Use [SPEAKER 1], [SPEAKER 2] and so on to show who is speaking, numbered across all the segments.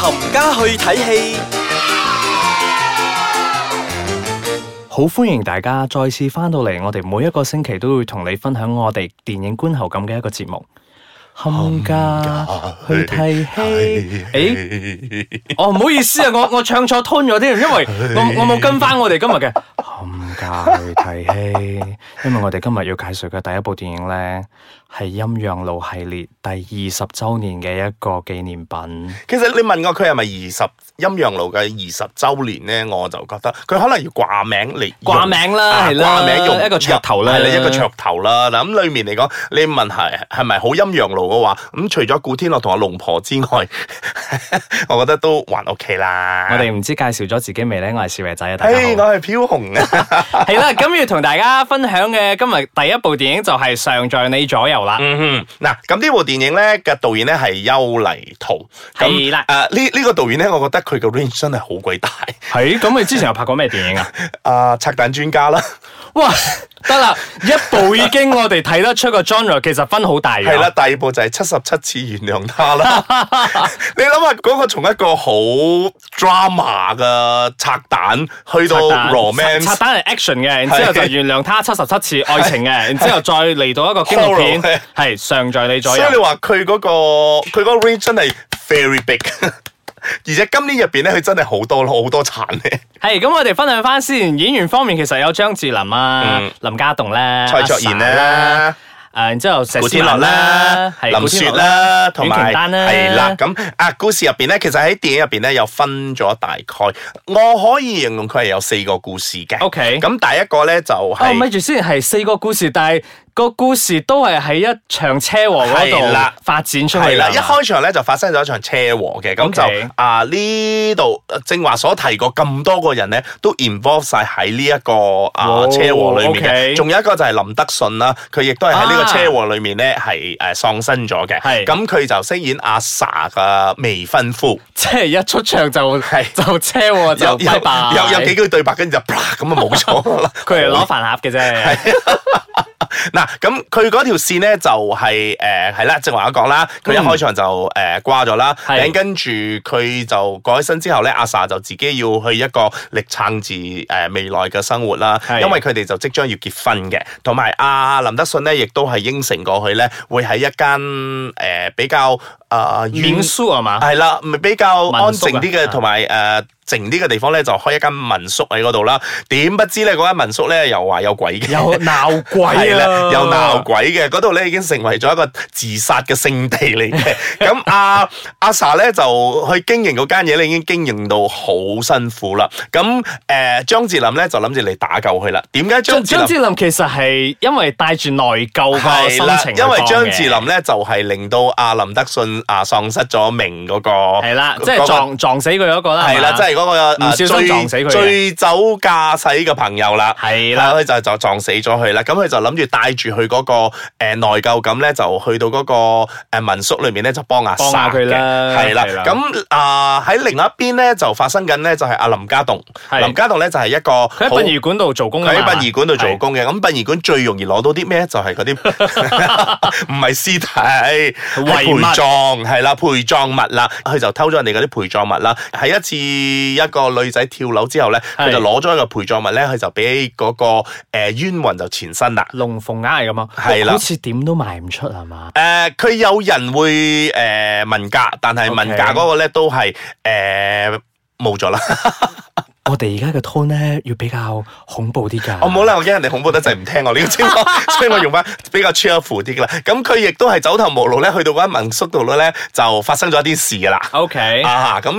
[SPEAKER 1] 冚家去睇戲。
[SPEAKER 2] 好歡迎大家再次翻到嚟，我哋每一個星期都會同你分享我哋電影觀後感嘅一個節目。冚家去睇戲，誒，我唔好意思啊，我我唱錯 tone 咗添，因為我我冇跟翻我哋今日嘅冚家去睇戲，因為我哋今日要介紹嘅第一部電影咧係《陰陽路》系列第二十周年嘅一個紀念品。
[SPEAKER 3] 其實你問我佢係咪二十陰陽路嘅二十週年咧，我就覺得佢可能要掛名嚟用
[SPEAKER 2] 掛名啦
[SPEAKER 3] 啊
[SPEAKER 2] 係啦
[SPEAKER 3] 掛名用
[SPEAKER 2] 一個噱頭啦
[SPEAKER 3] 係啦，一個噱頭啦。嗱咁裏面嚟講，你問係係咪好陰陽路嘅話，咁除咗古天樂同阿龍婆之外， 我覺得都還 OK 啦。
[SPEAKER 2] 我哋唔知介紹咗自己未咧？我係少爺仔啊，大家好
[SPEAKER 3] 誒，。我係飄紅啊！
[SPEAKER 2] 系啦，咁要同大家分享嘅今日第一部電影就係《上在你左右》啦。
[SPEAKER 3] 嗯哼，嗱，咁呢部電影咧嘅導演咧係邱麗濤，
[SPEAKER 2] 係
[SPEAKER 3] 咁
[SPEAKER 2] 啦
[SPEAKER 3] 誒呢呢個導演咧，我覺得佢嘅 range 真係好鬼大，
[SPEAKER 2] 係，咁你之前有拍過咩電影 啊？
[SPEAKER 3] 啊拆彈專家啦，
[SPEAKER 2] 哇，得啦，一部已經我哋睇得出個 genre 其實分好大嘅。
[SPEAKER 3] 係啦，，第二部就係七十七次原諒他 啦，你諗下嗰個從一個好 drama 嘅拆彈去到
[SPEAKER 2] 拆
[SPEAKER 3] romance。
[SPEAKER 2] 單係 action 嘅，然之後就
[SPEAKER 3] 係
[SPEAKER 2] 原諒他七十七次愛情嘅，然之後再嚟到一個驚悚片
[SPEAKER 3] Horror，係，
[SPEAKER 2] 係《上在你左
[SPEAKER 3] 所
[SPEAKER 2] 右
[SPEAKER 3] 以》。你話佢嗰個佢嗰個 range 真係 very big，而且今年入邊咧佢真係好多好多產咧，
[SPEAKER 2] 係，咁我哋分享翻先，演員方面其實有張智霖啊、
[SPEAKER 3] 嗯
[SPEAKER 2] 林家棟啦、
[SPEAKER 3] 蔡卓妍啦。
[SPEAKER 2] 阿 Sa 啦，誒，然之後佘
[SPEAKER 3] 古
[SPEAKER 2] 詩
[SPEAKER 3] 天樂
[SPEAKER 2] 曼
[SPEAKER 3] 啦、
[SPEAKER 2] 係
[SPEAKER 3] 林
[SPEAKER 2] 古天
[SPEAKER 3] 雪
[SPEAKER 2] 樂
[SPEAKER 3] 啦，同
[SPEAKER 2] 苑
[SPEAKER 3] 埋
[SPEAKER 2] 瓊丹啦
[SPEAKER 3] 係啦。咁啊，故事入邊咧，其實喺電影入邊咧有分咗大概，我可以形容佢係有四個故事嘅。
[SPEAKER 2] OK
[SPEAKER 3] 咁第一個咧就
[SPEAKER 2] 哦，咪
[SPEAKER 3] 係
[SPEAKER 2] 住先，係四個故事，但係個故事都係喺一場車禍嗰
[SPEAKER 3] 係啦
[SPEAKER 2] 度發展出去
[SPEAKER 3] 係啦，
[SPEAKER 2] 啦。
[SPEAKER 3] 一開場咧就發生咗一場車禍嘅，咁
[SPEAKER 2] OK
[SPEAKER 3] 就啊呢度呃正話所提過咁多個人咧，都 involve 晒喺呢一個啊
[SPEAKER 2] 哦
[SPEAKER 3] 車禍裏面
[SPEAKER 2] OK
[SPEAKER 3] 嘅。仲有一個就係林德信啦，佢亦都係喺呢個
[SPEAKER 2] 啊
[SPEAKER 3] 車禍裏面咧係誒喪生咗嘅。
[SPEAKER 2] 係
[SPEAKER 3] 咁佢就飾演阿 Sa 嘅未婚夫。
[SPEAKER 2] 即係一出場就
[SPEAKER 3] 係
[SPEAKER 2] 就車禍就
[SPEAKER 3] 有
[SPEAKER 2] 拜拜，。
[SPEAKER 3] 有有幾句對白，跟住就啪咁啊冇咗啦
[SPEAKER 2] 佢係攞飯盒嘅啫，
[SPEAKER 3] 嗱，咁佢嗰條線咧就係誒係啦，正話我講啦，佢一開場就誒、呃、掛咗啦，
[SPEAKER 2] 嗯係
[SPEAKER 3] 頂跟住佢就過咗身之後咧，阿 sa 就自己要去一個力撐住誒未來嘅生活啦
[SPEAKER 2] 係，
[SPEAKER 3] 因為佢哋就即將要結婚嘅，同埋阿林德信咧亦都係應承過佢咧，會喺一間誒、呃比較啊、呃、
[SPEAKER 2] 免書係嘛？
[SPEAKER 3] 係啦，咪比較安靜啲
[SPEAKER 2] 民宿啊
[SPEAKER 3] 嘅，同埋誒靜啲嘅地方咧，就開一間民宿喺嗰度啦。點不知咧，嗰間民宿咧又話有鬼嘅，
[SPEAKER 2] 又鬧鬼
[SPEAKER 3] 係啦
[SPEAKER 2] 啊，
[SPEAKER 3] 又鬧鬼嘅，嗰度咧已經成為咗一個自殺嘅聖地嚟 嘅。咁阿阿 sa 咧就去經營嗰間嘢咧，已經經營到好辛苦啦。咁誒張智霖咧就諗住嚟打救佢啦。點解張
[SPEAKER 2] 張
[SPEAKER 3] 智
[SPEAKER 2] 張
[SPEAKER 3] 霖？
[SPEAKER 2] 智霖其實係因為帶住內疚個
[SPEAKER 3] 係
[SPEAKER 2] 心
[SPEAKER 3] 啦
[SPEAKER 2] 情，去
[SPEAKER 3] 因為
[SPEAKER 2] 講
[SPEAKER 3] 張
[SPEAKER 2] 嘅
[SPEAKER 3] 智霖咧就係令到阿林德信啊喪失咗命嗰個
[SPEAKER 2] 係啦，即
[SPEAKER 3] 嗰
[SPEAKER 2] 係
[SPEAKER 3] 個
[SPEAKER 2] 撞撞死佢嗰個啦，
[SPEAKER 3] 係啦，
[SPEAKER 2] 嘛
[SPEAKER 3] 即係嗰個
[SPEAKER 2] 唔小心
[SPEAKER 3] 呃
[SPEAKER 2] 撞死佢嘅
[SPEAKER 3] 醉酒駕駛嘅朋友啦。
[SPEAKER 2] 係啦
[SPEAKER 3] 啦，。佢就就撞死咗佢啦。咁佢就諗住帶住佢嗰個誒內疚感咧，就去到嗰個呃民宿裏面咧，就幫阿
[SPEAKER 2] 幫下
[SPEAKER 3] 殺
[SPEAKER 2] 佢啦
[SPEAKER 3] 係啦
[SPEAKER 2] 係啦，
[SPEAKER 3] 咁啊喺另一邊咧就發生緊咧，就係阿林家棟。
[SPEAKER 2] 係
[SPEAKER 3] 林家棟咧就係一個
[SPEAKER 2] 佢喺
[SPEAKER 3] 好
[SPEAKER 2] 殯儀館度做工㗎
[SPEAKER 3] 佢喺
[SPEAKER 2] 嘛
[SPEAKER 3] 殯儀館度做工嘅，咁殯儀館最容易攞到啲咩？就係 嗰啲唔係屍體，係
[SPEAKER 2] 遺物
[SPEAKER 3] 陪葬係啦，陪葬物啦，佢就偷咗人哋嗰啲陪葬物啦。喺一次一個女仔跳樓之後咧，
[SPEAKER 2] 係
[SPEAKER 3] 佢就攞咗一個陪葬物咧，佢就俾嗰個誒冤魂就纏身啦。
[SPEAKER 2] 龍鳳鈪嚟㗎嘛，
[SPEAKER 3] 係啦
[SPEAKER 2] 好似點都賣唔出係嘛？
[SPEAKER 3] 誒、佢有人會誒、問價，但係
[SPEAKER 2] OK
[SPEAKER 3] 問價嗰個咧都係誒冇咗啦。
[SPEAKER 2] 我哋而家嘅 tone 咧要比較恐怖啲㗎。
[SPEAKER 3] 我冇啦，我驚人哋恐怖得滯唔聽我呢個節目，所以我用翻比較 cheerful 啲嘅啦。咁佢亦都係走投無路咧，去到嗰間民宿度咧就發生咗一啲事㗎啦。
[SPEAKER 2] O K，
[SPEAKER 3] 啊，咁誒、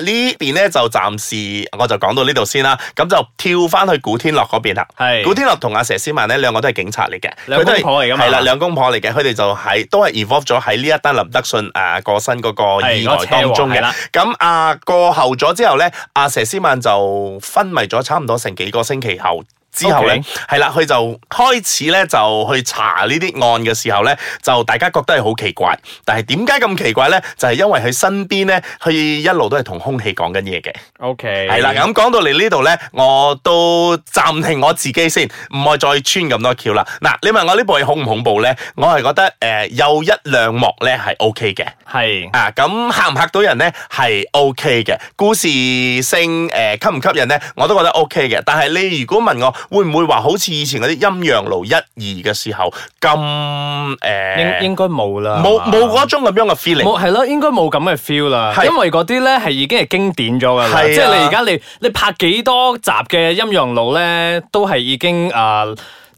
[SPEAKER 3] 呢邊咧就暫時我就講到呢度先啦，咁就跳翻去古天樂嗰邊啦。
[SPEAKER 2] 係
[SPEAKER 3] 古天樂同阿佘詩曼咧兩個都係警察嚟嘅，
[SPEAKER 2] 兩
[SPEAKER 3] 佢都係
[SPEAKER 2] 公婆嚟㗎嘛
[SPEAKER 3] 係啦，兩公婆嚟嘅，佢哋就係、都係 involve 咗喺呢一單林德信誒過身嗰個
[SPEAKER 2] 係
[SPEAKER 3] 意外
[SPEAKER 2] 嗰個車禍
[SPEAKER 3] 當中
[SPEAKER 2] 係
[SPEAKER 3] 嘅
[SPEAKER 2] 啦。
[SPEAKER 3] 咁啊過後咗之後咧，阿佘詩曼就昏迷咗差唔多成幾個星期後。之後咧
[SPEAKER 2] OK，
[SPEAKER 3] 係啦，佢就開始咧就去查呢啲案嘅時候咧，就大家覺得係好奇怪，但係點解咁奇怪咧？就係因為佢身邊咧，佢一路都係同空氣講緊嘢嘅。
[SPEAKER 2] OK，
[SPEAKER 3] 係啦，咁講到嚟呢度咧，我都暫停我自己先，唔可以再穿咁多橋啦。嗱，你問我呢部戲恐唔恐怖咧？我係覺得誒、呃有一兩幕咧係 O K 嘅。
[SPEAKER 2] 係
[SPEAKER 3] 啊，咁嚇唔嚇到人咧係 O K 嘅，故事性誒、呃吸唔吸引咧，我都覺得 O K 嘅。但係你如果問我會唔會話好似以前嗰啲陰陽路一二嘅時候咁誒，
[SPEAKER 2] 應應該冇啦，係
[SPEAKER 3] 冇
[SPEAKER 2] 嘛
[SPEAKER 3] 冇嗰種咁樣嘅 feeling。
[SPEAKER 2] 冇係咯，應該冇咁嘅 feel 啦，
[SPEAKER 3] 係
[SPEAKER 2] 因為嗰啲咧係已經係經典咗噶
[SPEAKER 3] 係
[SPEAKER 2] 啦，
[SPEAKER 3] 啊
[SPEAKER 2] 即係你而家你你拍幾多集嘅陰陽路咧，都係已經啊，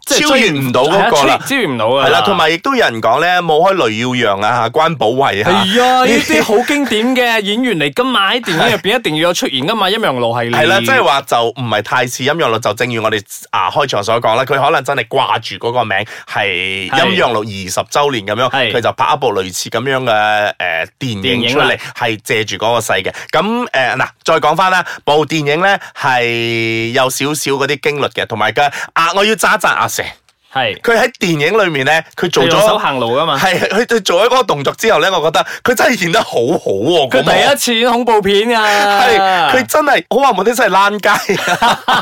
[SPEAKER 2] 即係
[SPEAKER 3] 超越唔到嗰個啦
[SPEAKER 2] 係啊超超越唔到啊，
[SPEAKER 3] 係啦，同埋亦都有人講咧，冇開雷耀陽啊、關寶慧啊，
[SPEAKER 2] 係啊， 呢啲好經典嘅演員嚟噶嘛，喺電影入邊一定要有出現噶嘛，陰陽路係
[SPEAKER 3] 係啦，即係話就唔係太似陰陽路，就正如我哋啊開場所講啦，佢可能真係掛住嗰個名係
[SPEAKER 2] 係
[SPEAKER 3] 陰陽路二十週年咁樣，
[SPEAKER 2] 係
[SPEAKER 3] 佢就拍一部類似咁樣嘅誒、呃、電影
[SPEAKER 2] 電影
[SPEAKER 3] 出
[SPEAKER 2] 啦
[SPEAKER 3] 嚟，係借住嗰個勢嘅。咁誒嗱，再講翻啦，部電影咧係有少少嗰啲驚慄嘅，同埋嘅啊，我要揸揸阿蛇，
[SPEAKER 2] 係
[SPEAKER 3] 佢喺電影裏面咧，佢做
[SPEAKER 2] 做咗手
[SPEAKER 3] 咗。
[SPEAKER 2] 行路噶嘛，
[SPEAKER 3] 係佢佢做咗嗰個動作之後咧，我覺得佢真係演得好好、喎。
[SPEAKER 2] 佢
[SPEAKER 3] 嗰幕
[SPEAKER 2] 第一次演恐怖片啊，
[SPEAKER 3] 係佢真係好話冇聽，真係躝街。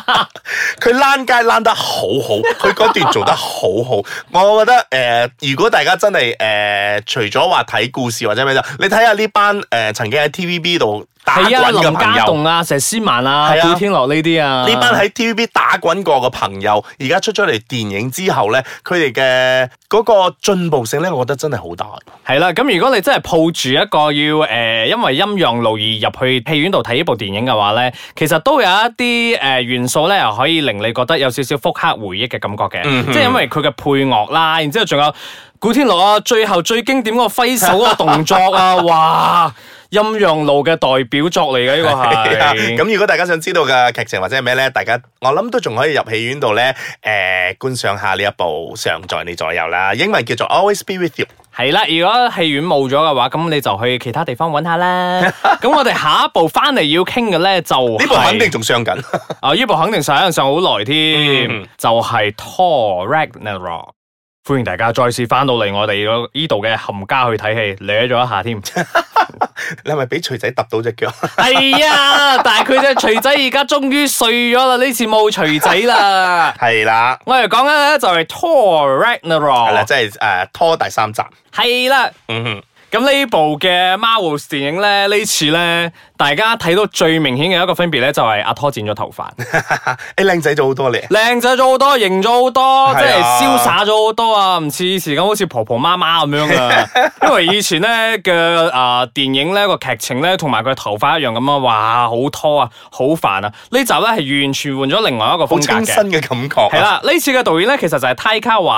[SPEAKER 3] 佢躝街躝得好好，佢嗰段做得好好。我覺得誒、呃如果大家真係誒、呃除咗話睇故事或者咩啫，你睇下呢班誒、呃曾經喺 TVB 度打滾
[SPEAKER 2] 係啊，
[SPEAKER 3] 嘅
[SPEAKER 2] 林
[SPEAKER 3] 朋
[SPEAKER 2] 家
[SPEAKER 3] 友。
[SPEAKER 2] 棟啊、佘詩曼啊
[SPEAKER 3] 係、啊
[SPEAKER 2] 古天樂呢啲啊，
[SPEAKER 3] 呢班喺 TVB 打滾過嘅朋友，而家出咗嚟電影之後咧，佢哋嘅嗰個進步性咧，我覺得真係好大。
[SPEAKER 2] 係啦，咁如果你真係抱住一個要誒、呃因為陰陽路而入去戲院度睇呢部電影嘅話咧，其實都有一啲誒、呃元素咧，又可以令你覺得有少少復刻回憶嘅感覺嘅，
[SPEAKER 3] 嗯哼
[SPEAKER 2] 即係因為佢嘅配樂啦，然之後仲有古天樂啊，最後最經典嗰個揮手嗰個動作 啊，哇！陰陽路嘅代表作嚟嘅呢個
[SPEAKER 3] 係啊
[SPEAKER 2] 係，
[SPEAKER 3] 咁如果大家想知道嘅劇情或者係咩咧，大家我諗都仲可以入戲院度咧，誒觀賞下呢一部《常在你左右》啦，英文叫做《Always Be With You》。
[SPEAKER 2] 係啦，如果戲院冇咗嘅話，咁你就去其他地方揾下 啦。咁我哋下一步翻嚟要傾嘅咧就
[SPEAKER 3] 呢部
[SPEAKER 2] 係
[SPEAKER 3] 肯定仲上緊，
[SPEAKER 2] 啊！呢部肯定上一上好耐添，
[SPEAKER 3] 嗯
[SPEAKER 2] 就係 Thor Ragnarok。歡迎大家再次翻到嚟我哋嗰呢度嘅冚家去睇戲，掠咗一下 添。
[SPEAKER 3] 你係咪俾錘仔揼到只腳？
[SPEAKER 2] 係啊，但係佢隻錘仔而家終於碎咗啦，呢次冇錘仔啦。哦
[SPEAKER 3] 係啦，
[SPEAKER 2] 我哋講緊咧就係 Thor
[SPEAKER 3] 係啦，
[SPEAKER 2] Ragnarok，
[SPEAKER 3] 即係誒拖第三集。
[SPEAKER 2] 係啦。
[SPEAKER 3] 嗯哼，
[SPEAKER 2] 咁呢部嘅 Marvel 電影咧，呢次咧，大家睇到最明顯嘅一個分別咧，就係阿拖剪咗頭髮。
[SPEAKER 3] 誒靚仔咗好多咧。
[SPEAKER 2] 靚仔咗好多，型咗好多，即
[SPEAKER 3] 係
[SPEAKER 2] 係
[SPEAKER 3] 啊
[SPEAKER 2] 瀟灑咗好多啊！唔似以前咁好似婆婆媽媽咁樣啊 噶，因為以前咧嘅啊電影咧個劇情咧同埋佢頭髮一樣咁啊，哇好拖啊，好煩啊！呢集咧係完全換咗另外一個
[SPEAKER 3] 好
[SPEAKER 2] 風
[SPEAKER 3] 清
[SPEAKER 2] 格
[SPEAKER 3] 新
[SPEAKER 2] 嘅。
[SPEAKER 3] 嘅感覺啊，
[SPEAKER 2] 係啦，呢次嘅導演咧，其實就係 Taika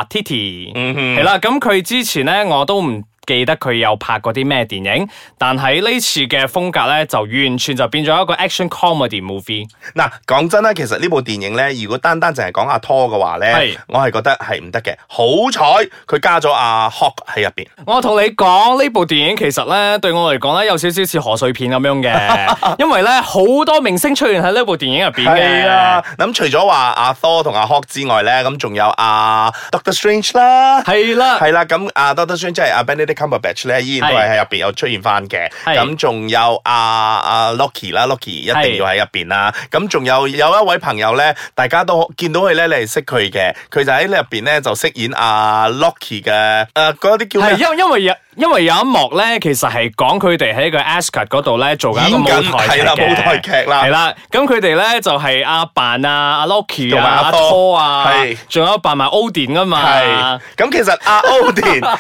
[SPEAKER 2] Waititi，係
[SPEAKER 3] 嗯
[SPEAKER 2] 啦、咁佢之前咧我都唔記得佢有拍過啲咩電影，但係呢次嘅風格咧就完全就變咗一個 action comedy movie。
[SPEAKER 3] 嗱，講真啦，其實呢部電影咧，如果單單淨係講阿拖嘅話咧
[SPEAKER 2] 係，
[SPEAKER 3] 我係覺得係唔得嘅。好彩佢加咗阿 Hawk 喺入邊。
[SPEAKER 2] 我同你講呢部電影其實咧對我嚟講咧有少少似賀歲片咁樣 嘅，因為咧好多明星出現喺呢部電影入邊
[SPEAKER 3] 係
[SPEAKER 2] 嘅。
[SPEAKER 3] 啊，咁除咗話阿 Thor 同阿 Hulk 之外咧，咁仲有阿 Doctor Strange 啦。
[SPEAKER 2] 係啊啦，
[SPEAKER 3] 係啦，咁阿 Doctor Strange 即係阿 Benedict Cumberbatch 咧，依然都係
[SPEAKER 2] 係
[SPEAKER 3] 喺入邊有出現翻嘅。
[SPEAKER 2] 係
[SPEAKER 3] 咁仲有阿阿 Loki 啦，Loki 一定要喺入邊啦。咁仲有有一位朋友咧，大家都見到佢咧，你係識佢嘅，佢就喺入邊咧就飾演阿 Loki 嘅誒嗰啲叫
[SPEAKER 2] 係
[SPEAKER 3] 咩？
[SPEAKER 2] 因因為有因為有一幕咧，其實係講佢哋喺個 Ascot 嗰度咧做緊一個
[SPEAKER 3] 演緊
[SPEAKER 2] 舞台劇
[SPEAKER 3] 係啦
[SPEAKER 2] 嘅
[SPEAKER 3] 舞台劇啦
[SPEAKER 2] 係啦，咁佢哋咧就係阿扮啊、阿 Loki
[SPEAKER 3] 同
[SPEAKER 2] 啊、
[SPEAKER 3] 埋阿
[SPEAKER 2] 阿
[SPEAKER 3] 多
[SPEAKER 2] 拖啊
[SPEAKER 3] 係，
[SPEAKER 2] 仲有扮埋 Odin 噶嘛
[SPEAKER 3] 係。，咁其實 阿 Odin、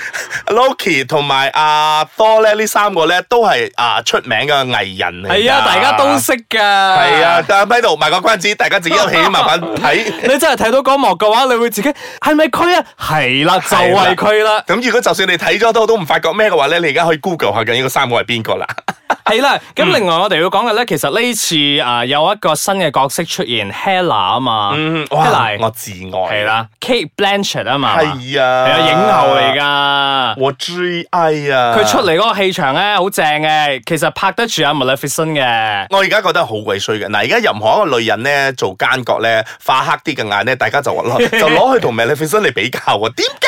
[SPEAKER 3] Loki 同埋阿 Thor 咧，呢三個咧都係啊出名嘅藝人嚟㗎。
[SPEAKER 2] 係啊，大家都識㗎。係
[SPEAKER 3] 係啊，但喺度賣個關子，大家自己有戲慢慢睇。
[SPEAKER 2] 你真係睇到嗰幕嘅話，你會自己係咪佢啊？係啦，就係佢啦。
[SPEAKER 3] 咁如果就算你睇咗都都唔發覺咩嘅話咧，你而家可以 Google 下究竟嗰三個係邊個啦。
[SPEAKER 2] 系啦，咁
[SPEAKER 3] 嗯
[SPEAKER 2] 另外我哋要講嘅咧，其實呢次啊有一個新嘅角色出現 Hella 啊嘛
[SPEAKER 3] 嗯，哇！
[SPEAKER 2] ，Hella
[SPEAKER 3] 我至愛
[SPEAKER 2] 係，啦，Kate Blanchett 啊嘛，係
[SPEAKER 3] 係啊，
[SPEAKER 2] 啊，影后嚟，噶。
[SPEAKER 3] 我最愛啊！
[SPEAKER 2] 佢出嚟嗰個氣場咧，好正嘅，其實拍得住阿 Maleficent 嘅，
[SPEAKER 3] 我而家覺得好鬼衰嘅。嗱，而家任何一個女人咧做奸角咧，化黑啲嘅眼咧，大家就 話攞就攞佢同 Maleficent 嚟比較喎。點解？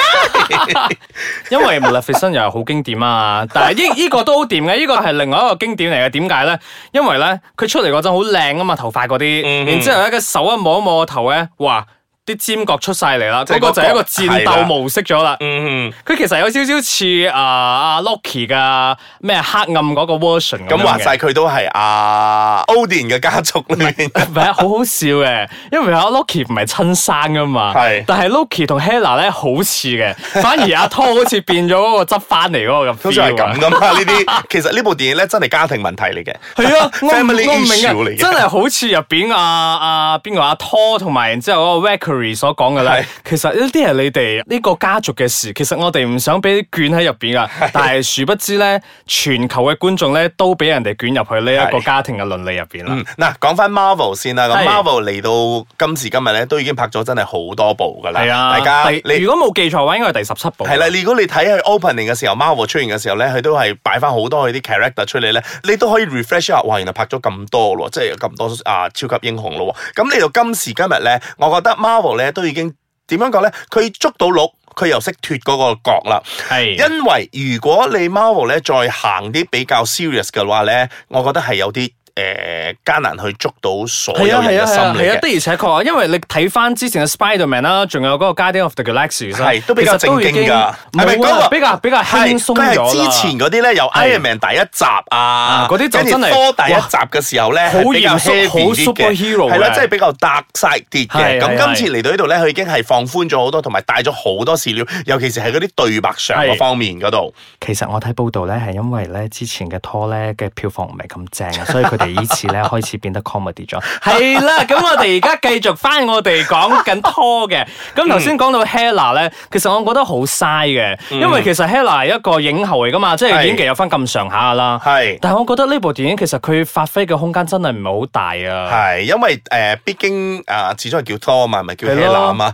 [SPEAKER 2] 因為 Maleficent 又係好經典 啊。但係呢依個都好掂嘅，呢個係另外一個經典嚟嘅。點解咧？因為咧佢出嚟嗰陣好靚啊嘛，頭髮嗰
[SPEAKER 3] 嗯
[SPEAKER 2] 啲，
[SPEAKER 3] 哼
[SPEAKER 2] 然之後咧個手一摸一摸個頭咧，哇！啲尖角出晒嚟啦，
[SPEAKER 3] 即係
[SPEAKER 2] 嗰個就係一個
[SPEAKER 3] 嗰
[SPEAKER 2] 戰
[SPEAKER 3] 個係啦
[SPEAKER 2] 鬥模式咗啦。
[SPEAKER 3] 嗯，
[SPEAKER 2] 佢其實有少少似啊阿 Loki 嘅咩黑暗嗰個 version 咁
[SPEAKER 3] 咁話
[SPEAKER 2] 樣
[SPEAKER 3] 晒
[SPEAKER 2] 嘅，
[SPEAKER 3] 佢都係阿 Odin 嘅家族裏面。
[SPEAKER 2] 唔係好好笑嘅，因為阿 Loki 唔係親生噶嘛，
[SPEAKER 3] 係
[SPEAKER 2] 但係 Loki 同 Hela 咧好似嘅，反而阿 Thor 好似變咗嗰個執翻嚟嗰個咁
[SPEAKER 3] 通常係
[SPEAKER 2] feel 啊
[SPEAKER 3] 咁。噶嘛？呢啲其實呢部電影咧真係家庭問題嚟嘅，
[SPEAKER 2] 係啊，我唔我唔
[SPEAKER 3] Family
[SPEAKER 2] 明
[SPEAKER 3] issue
[SPEAKER 2] 啊
[SPEAKER 3] 嚟，嘅
[SPEAKER 2] 真係好似入邊阿阿邊個阿 Thor 同埋然之後嗰個 Valkyrie 所講嘅
[SPEAKER 3] 係
[SPEAKER 2] 咧，其實呢啲係你哋呢個家族嘅事，其實我哋唔想俾卷喺入邊 噶，但係殊不知咧，全球嘅觀眾咧都俾人哋捲入去呢一個
[SPEAKER 3] 係
[SPEAKER 2] 家庭嘅倫理入邊啦
[SPEAKER 3] 嗯。，嗱，講翻 Marvel 先啦，咁
[SPEAKER 2] 係
[SPEAKER 3] Marvel 嚟到今時今日咧，都已經拍咗真係好多部噶啦，
[SPEAKER 2] 係啊，
[SPEAKER 3] 大家
[SPEAKER 2] 第
[SPEAKER 3] 你
[SPEAKER 2] 如果冇記錯嘅話，應該係第十七部。
[SPEAKER 3] 係啦，如果你睇佢 opening 嘅時候，Marvel 出現嘅時候咧，佢都係擺翻好多佢啲 character 出嚟咧，你都可以 refresh 下，哇，原來拍咗咁多咯，即係有咁多啊超級英雄咯喎，咁嚟到今時今日咧，我覺得 Marvel 咧都已經點樣講咧，佢捉到鹿，佢又識脱嗰個角啦。
[SPEAKER 2] 係
[SPEAKER 3] 因為如果你 Marvel 咧再行啲比較 serious 嘅話咧，我覺得係有啲誒艱難去捉到所
[SPEAKER 2] 係
[SPEAKER 3] 有
[SPEAKER 2] 啊係
[SPEAKER 3] 人
[SPEAKER 2] 啊
[SPEAKER 3] 嘅心
[SPEAKER 2] 係啊
[SPEAKER 3] 理
[SPEAKER 2] 係啊，
[SPEAKER 3] 嘅。
[SPEAKER 2] 的而且確啊，因為你睇翻之前嘅 Spider-Man 啦，仲有嗰個 Guardian of the Galaxy 啦
[SPEAKER 3] 係都比較
[SPEAKER 2] 其實都已經
[SPEAKER 3] 正經㗎
[SPEAKER 2] 唔
[SPEAKER 3] 係咪
[SPEAKER 2] 係
[SPEAKER 3] 嗰
[SPEAKER 2] 啊
[SPEAKER 3] 個
[SPEAKER 2] 比較比較
[SPEAKER 3] 係
[SPEAKER 2] 輕鬆
[SPEAKER 3] 佢
[SPEAKER 2] 咗
[SPEAKER 3] 係
[SPEAKER 2] 啦
[SPEAKER 3] 之前嗰啲咧，由 Iron Man 第一集啊，
[SPEAKER 2] 嗰啲就真係
[SPEAKER 3] 多第一集嘅時候咧，
[SPEAKER 2] 好
[SPEAKER 3] 係比較
[SPEAKER 2] 嚴肅
[SPEAKER 3] heavy
[SPEAKER 2] 好
[SPEAKER 3] 啲嘅
[SPEAKER 2] superhero
[SPEAKER 3] 係啦，
[SPEAKER 2] 嘅
[SPEAKER 3] 即係比較 dark side 啲嘅。
[SPEAKER 2] 係
[SPEAKER 3] 咁
[SPEAKER 2] 係
[SPEAKER 3] 今次嚟到呢度咧，佢已經係放寬咗好多，同埋帶咗好多史料，尤其是係嗰啲對白上嗰
[SPEAKER 2] 係
[SPEAKER 3] 方面嗰度。
[SPEAKER 2] 其實我睇報道咧，係因為咧之前嘅拖咧嘅票房唔係咁正， 所以佢哋依次咧開始變得 comedy 咗。係啦， 咁我哋而家繼續翻我哋講緊拖嘅。咁頭先講到 Hella 咧，其實我覺得好嘥嘅，因為其實 Hella 係一個影后嚟噶嘛，即嗯係演技有翻咁上下啦。
[SPEAKER 3] 係。
[SPEAKER 2] 但係我覺得呢部電影其實佢發揮嘅空間真係唔係好大啊，
[SPEAKER 3] 係，因為誒、呃，畢竟誒、呃始終係叫 Thor 嘛，唔係叫
[SPEAKER 2] 係
[SPEAKER 3] h e
[SPEAKER 2] 咯
[SPEAKER 3] l a 嘛。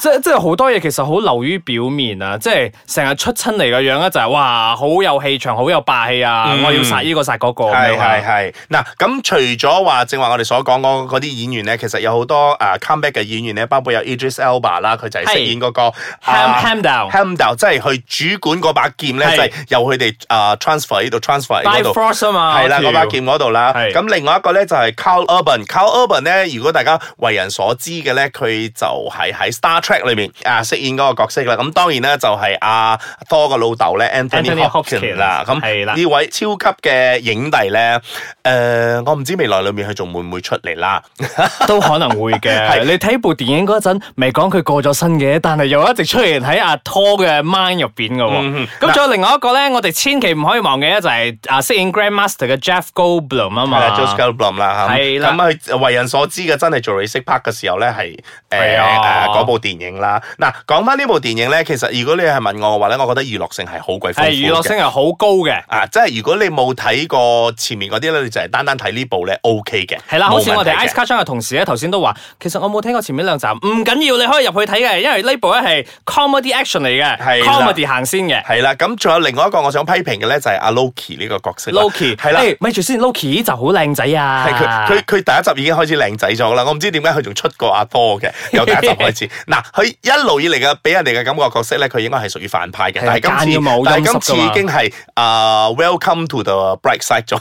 [SPEAKER 2] 即即係好多嘢其實好流於表面啊，即係成日出親嚟嘅樣咧就係哇好有氣場，好有霸氣啊，
[SPEAKER 3] 嗯
[SPEAKER 2] 我要殺呢個殺嗰個咁
[SPEAKER 3] 係
[SPEAKER 2] 樣啊
[SPEAKER 3] 係係嗱，咁除咗話正話我哋所講嗰嗰啲演員咧，其實有好多啊 comeback 嘅演員咧，包括有 Idris Elba 啦，佢就係飾演嗰個 À,
[SPEAKER 2] Ham Ham Down
[SPEAKER 3] Hamdall，即係佢主管嗰把劍咧，
[SPEAKER 2] 係
[SPEAKER 3] 就係由佢哋啊 transfer 呢度 transfer 喺嗰
[SPEAKER 2] Life
[SPEAKER 3] 度。
[SPEAKER 2] Force 啊嘛，
[SPEAKER 3] 係啦，
[SPEAKER 2] 嗰條
[SPEAKER 3] 嗰把劍嗰度啦。
[SPEAKER 2] 係
[SPEAKER 3] 咁另外一個咧就係 Carl Urban，Carl Urban 咧，如果大家為人所知嘅咧，佢就係喺 Star Trek 裏面啊飾演嗰個角色啦。咁當然咧就係阿多個老豆咧 Anthony
[SPEAKER 2] Anthony
[SPEAKER 3] Hopkins 啦。
[SPEAKER 2] Hopkins，係
[SPEAKER 3] 咁
[SPEAKER 2] 啦
[SPEAKER 3] 呢位超級嘅影帝咧，誒，我唔知未來裏面佢仲會唔會出嚟啦。
[SPEAKER 2] 都可能會
[SPEAKER 3] 係
[SPEAKER 2] 嘅。你睇部電影嗰陣，咪講佢過咗身嘅，但係又一直出現喺阿拖嘅 mind 入邊嘅
[SPEAKER 3] 嗯
[SPEAKER 2] 喎。
[SPEAKER 3] 哼
[SPEAKER 2] 咁仲有另外一個咧，我哋千祈唔可以忘記咧，就係啊飾演 Grandmaster 嘅 Jeff Goldblum 啊
[SPEAKER 3] 係啦 j o s c
[SPEAKER 2] 嘛。
[SPEAKER 3] a l b l u m 啦，
[SPEAKER 2] 係啦
[SPEAKER 3] 咁佢為人所知嘅真係 Jurassic Park 嘅時候咧，係誒
[SPEAKER 2] 係啊
[SPEAKER 3] 誒嗰部電影啦。嗱，講翻呢部電影咧，其實如果你係問我嘅話咧，我覺得娛樂性係好鬼豐富
[SPEAKER 2] 係娛樂
[SPEAKER 3] 嘅
[SPEAKER 2] 性。係好高嘅。
[SPEAKER 3] 啊，即係如果你冇睇過前面嗰啲咧，你就係單單睇呢部咧，OK 嘅。
[SPEAKER 2] 係啦，好似我哋
[SPEAKER 3] 冇問
[SPEAKER 2] Ice
[SPEAKER 3] 題嘅
[SPEAKER 2] Car 嘅同事咧，頭先都話，其實我冇睇過前面兩集，唔緊要，你可以入去睇嘅，因為呢部咧係 comedy action 嚟嘅
[SPEAKER 3] 係啦
[SPEAKER 2] ，comedy 行先嘅。
[SPEAKER 3] 係啦，咁仲有另外一個我想批評嘅咧，就係阿 Loki 呢個角色啦。
[SPEAKER 2] Loki
[SPEAKER 3] 係啦。
[SPEAKER 2] 誒咪住先，Loki 就好靚仔啊！
[SPEAKER 3] 係佢佢佢第一集已經開始靚仔咗啦，我唔知點解佢仲出過阿 多嘅，由第一集開始。嗱，佢一路以嚟嘅俾人哋嘅感覺角色咧，佢應該係屬於反派嘅，
[SPEAKER 2] 係
[SPEAKER 3] 但係今
[SPEAKER 2] 奸㗎
[SPEAKER 3] 次
[SPEAKER 2] 嘛好陰濕㗎
[SPEAKER 3] 但係今
[SPEAKER 2] 嘛
[SPEAKER 3] 次已經係啊 Welcome to the Bright Side 咗。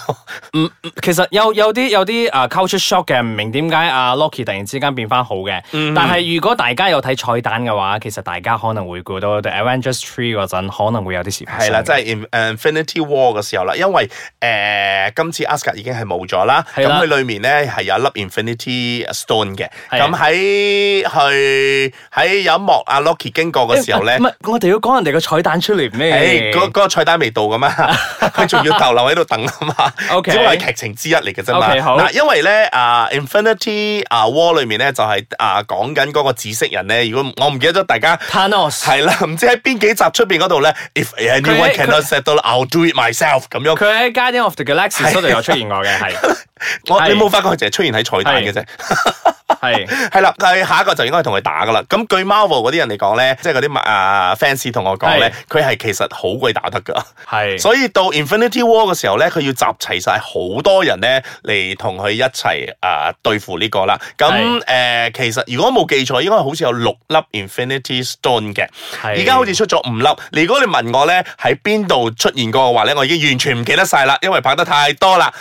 [SPEAKER 2] 其實有有啲有啲啊 culture shock 嘅，唔明點解阿 Loki 突然之間變翻好嘅。
[SPEAKER 3] 嗯
[SPEAKER 2] 但係如果大家有睇彩蛋嘅話，其實大家可能會估到 The Avengers Three 嗰陣可能會有啲事發
[SPEAKER 3] 係
[SPEAKER 2] 生。
[SPEAKER 3] 啦，即係 In- Infinity War 嘅時候啦，因為誒、呃今次 Asgard 已經係冇咗啦，咁
[SPEAKER 2] 係啦
[SPEAKER 3] 佢裏面咧係有一粒 Infinity Stone 嘅，
[SPEAKER 2] 係
[SPEAKER 3] 咁喺去喺有一幕阿 Loki 經過嘅時候咧
[SPEAKER 2] 唔。係我哋要講人哋個彩蛋出 嚟咩？
[SPEAKER 3] 誒，嗰嗰個菜單未到噶嘛，佢仲要逗留喺度等啊嘛，
[SPEAKER 2] OK
[SPEAKER 3] 只不過係劇情之一嚟嘅啫嘛。
[SPEAKER 2] OK，好
[SPEAKER 3] 嗱，因為咧啊，Infinity 啊 War 裏面咧就係啊講緊嗰個紫色人咧，如果我唔記得咗大家。
[SPEAKER 2] Thanos
[SPEAKER 3] 係啦，唔知喺邊幾集出边嗰度咧？If
[SPEAKER 2] 佢
[SPEAKER 3] anyone
[SPEAKER 2] 佢
[SPEAKER 3] cannot settle, I'll do it myself 咁樣。
[SPEAKER 2] 佢喺 Guardian of the Galaxy 嗰度有出現過嘅，係
[SPEAKER 3] 我
[SPEAKER 2] 係
[SPEAKER 3] 你冇發覺佢淨係出現喺彩蛋嘅啫。
[SPEAKER 2] 係
[SPEAKER 3] 係啦，佢下一個就應該係同佢打噶啦。咁據 Marvel 嗰啲人嚟講咧，即係嗰啲啊 fans 同我講咧，佢係其實好鬼打得噶。
[SPEAKER 2] 係
[SPEAKER 3] 所以到 Infinity War 嘅時候咧，佢要集齊晒好多人咧嚟同佢一齊啊、對付呢個啦。咁誒
[SPEAKER 2] 係、
[SPEAKER 3] 呃其實如果冇記錯，應該好似有六粒 Infinity Stone 嘅。
[SPEAKER 2] 係
[SPEAKER 3] 而家好似出咗五粒。如果你問我咧喺邊度出現過嘅話咧，我已經完全唔記得晒啦，因為拍得太多啦。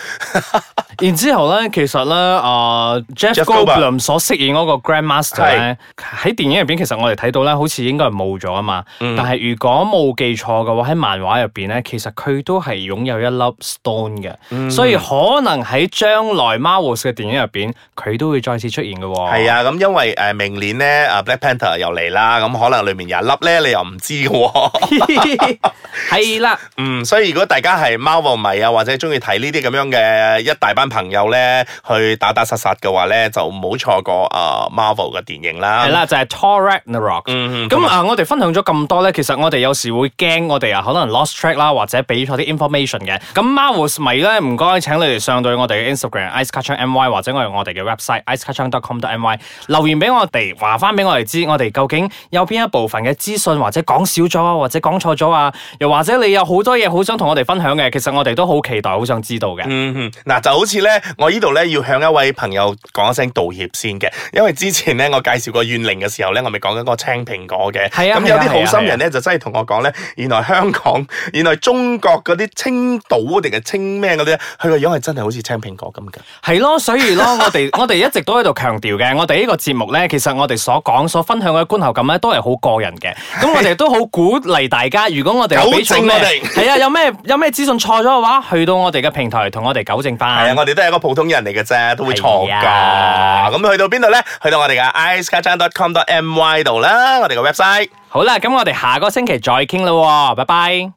[SPEAKER 2] 然之後咧，其實咧，啊 Jeff
[SPEAKER 3] Jeff
[SPEAKER 2] Goldblum
[SPEAKER 3] Goldblum
[SPEAKER 2] 所飾演嗰個 Grandmaster 咧，喺電影入邊其實我哋睇到咧，好似應該係冇咗啊嘛。但係如果冇記錯嘅話，喺漫畫入邊咧，其實佢都係擁有一粒 stone 嘅，所以可能喺將來 Marvel 嘅電影入邊，佢都會再次出現嘅喎。
[SPEAKER 3] 係啊，咁因為誒、呃明年咧啊 Black Panther 又嚟啦，咁可能裡面有一粒咧你又唔知嘅喎。
[SPEAKER 2] 係啦，
[SPEAKER 3] 嗯，所以如果大家係 Marvel 迷啊，或者中意睇呢啲咁樣嘅一大班朋友咧，去打打殺殺嘅話咧，就唔好錯過啊、Marvel 嘅電影啦。
[SPEAKER 2] 係，啦，就係 Thor Ragnarok。
[SPEAKER 3] 嗯，
[SPEAKER 2] 咁啊，我哋分享咗咁多咧，其實我哋有時會驚我哋啊，可能 lost track 啦，或者俾錯啲 information 嘅。咁 Marvel 迷咧，唔該請你哋上到我哋嘅 Instagram i c e c a t c h n g my 或者我哋我哋嘅 website i c e c a t c h n g com my 留言俾我哋，話翻俾我哋知，我哋究竟有邊一部分嘅資訊或者講少咗啊，或者講錯咗啊，又或者你有好多嘢好想同我哋分享嘅，其實我哋都好期待，好想知道嘅。
[SPEAKER 3] 嗯哼，嗱就好似咧，我呢度咧要向一位朋友講一聲道歉先嘅，因為之前咧我介紹過怨靈嘅時候咧，我咪講緊個青蘋果嘅，
[SPEAKER 2] 係啊
[SPEAKER 3] 咁有
[SPEAKER 2] 係啊
[SPEAKER 3] 啲好心人
[SPEAKER 2] 係
[SPEAKER 3] 咧就真係同我講咧，原來香港， 原來中國嗰啲青島定係青咩嗰啲咧，佢個樣係真係好似青蘋果咁嘅。
[SPEAKER 2] 係咯，所以咯， 我哋我哋一直都喺度強調嘅，我哋呢個節目咧，其實我哋所講、所分享嘅觀後感咧，都係好個人嘅。咁我哋都好鼓勵大家，如果我哋有俾錯
[SPEAKER 3] 糾正
[SPEAKER 2] 咩
[SPEAKER 3] 我哋
[SPEAKER 2] 係啊，有咩有咩資訊錯咗嘅話，去到我哋嘅平台同我哋糾正
[SPEAKER 3] 係啊
[SPEAKER 2] 翻，。
[SPEAKER 3] 我哋都係一個普通人嚟嘅啫，都會錯
[SPEAKER 2] 係啊
[SPEAKER 3] 噶。咁去到邊度咧？去到我哋嘅 i c e c a t c h c o m m y 度啦，我哋嘅 website。
[SPEAKER 2] 好啦，咁我哋下個星期再傾啦喎，拜拜。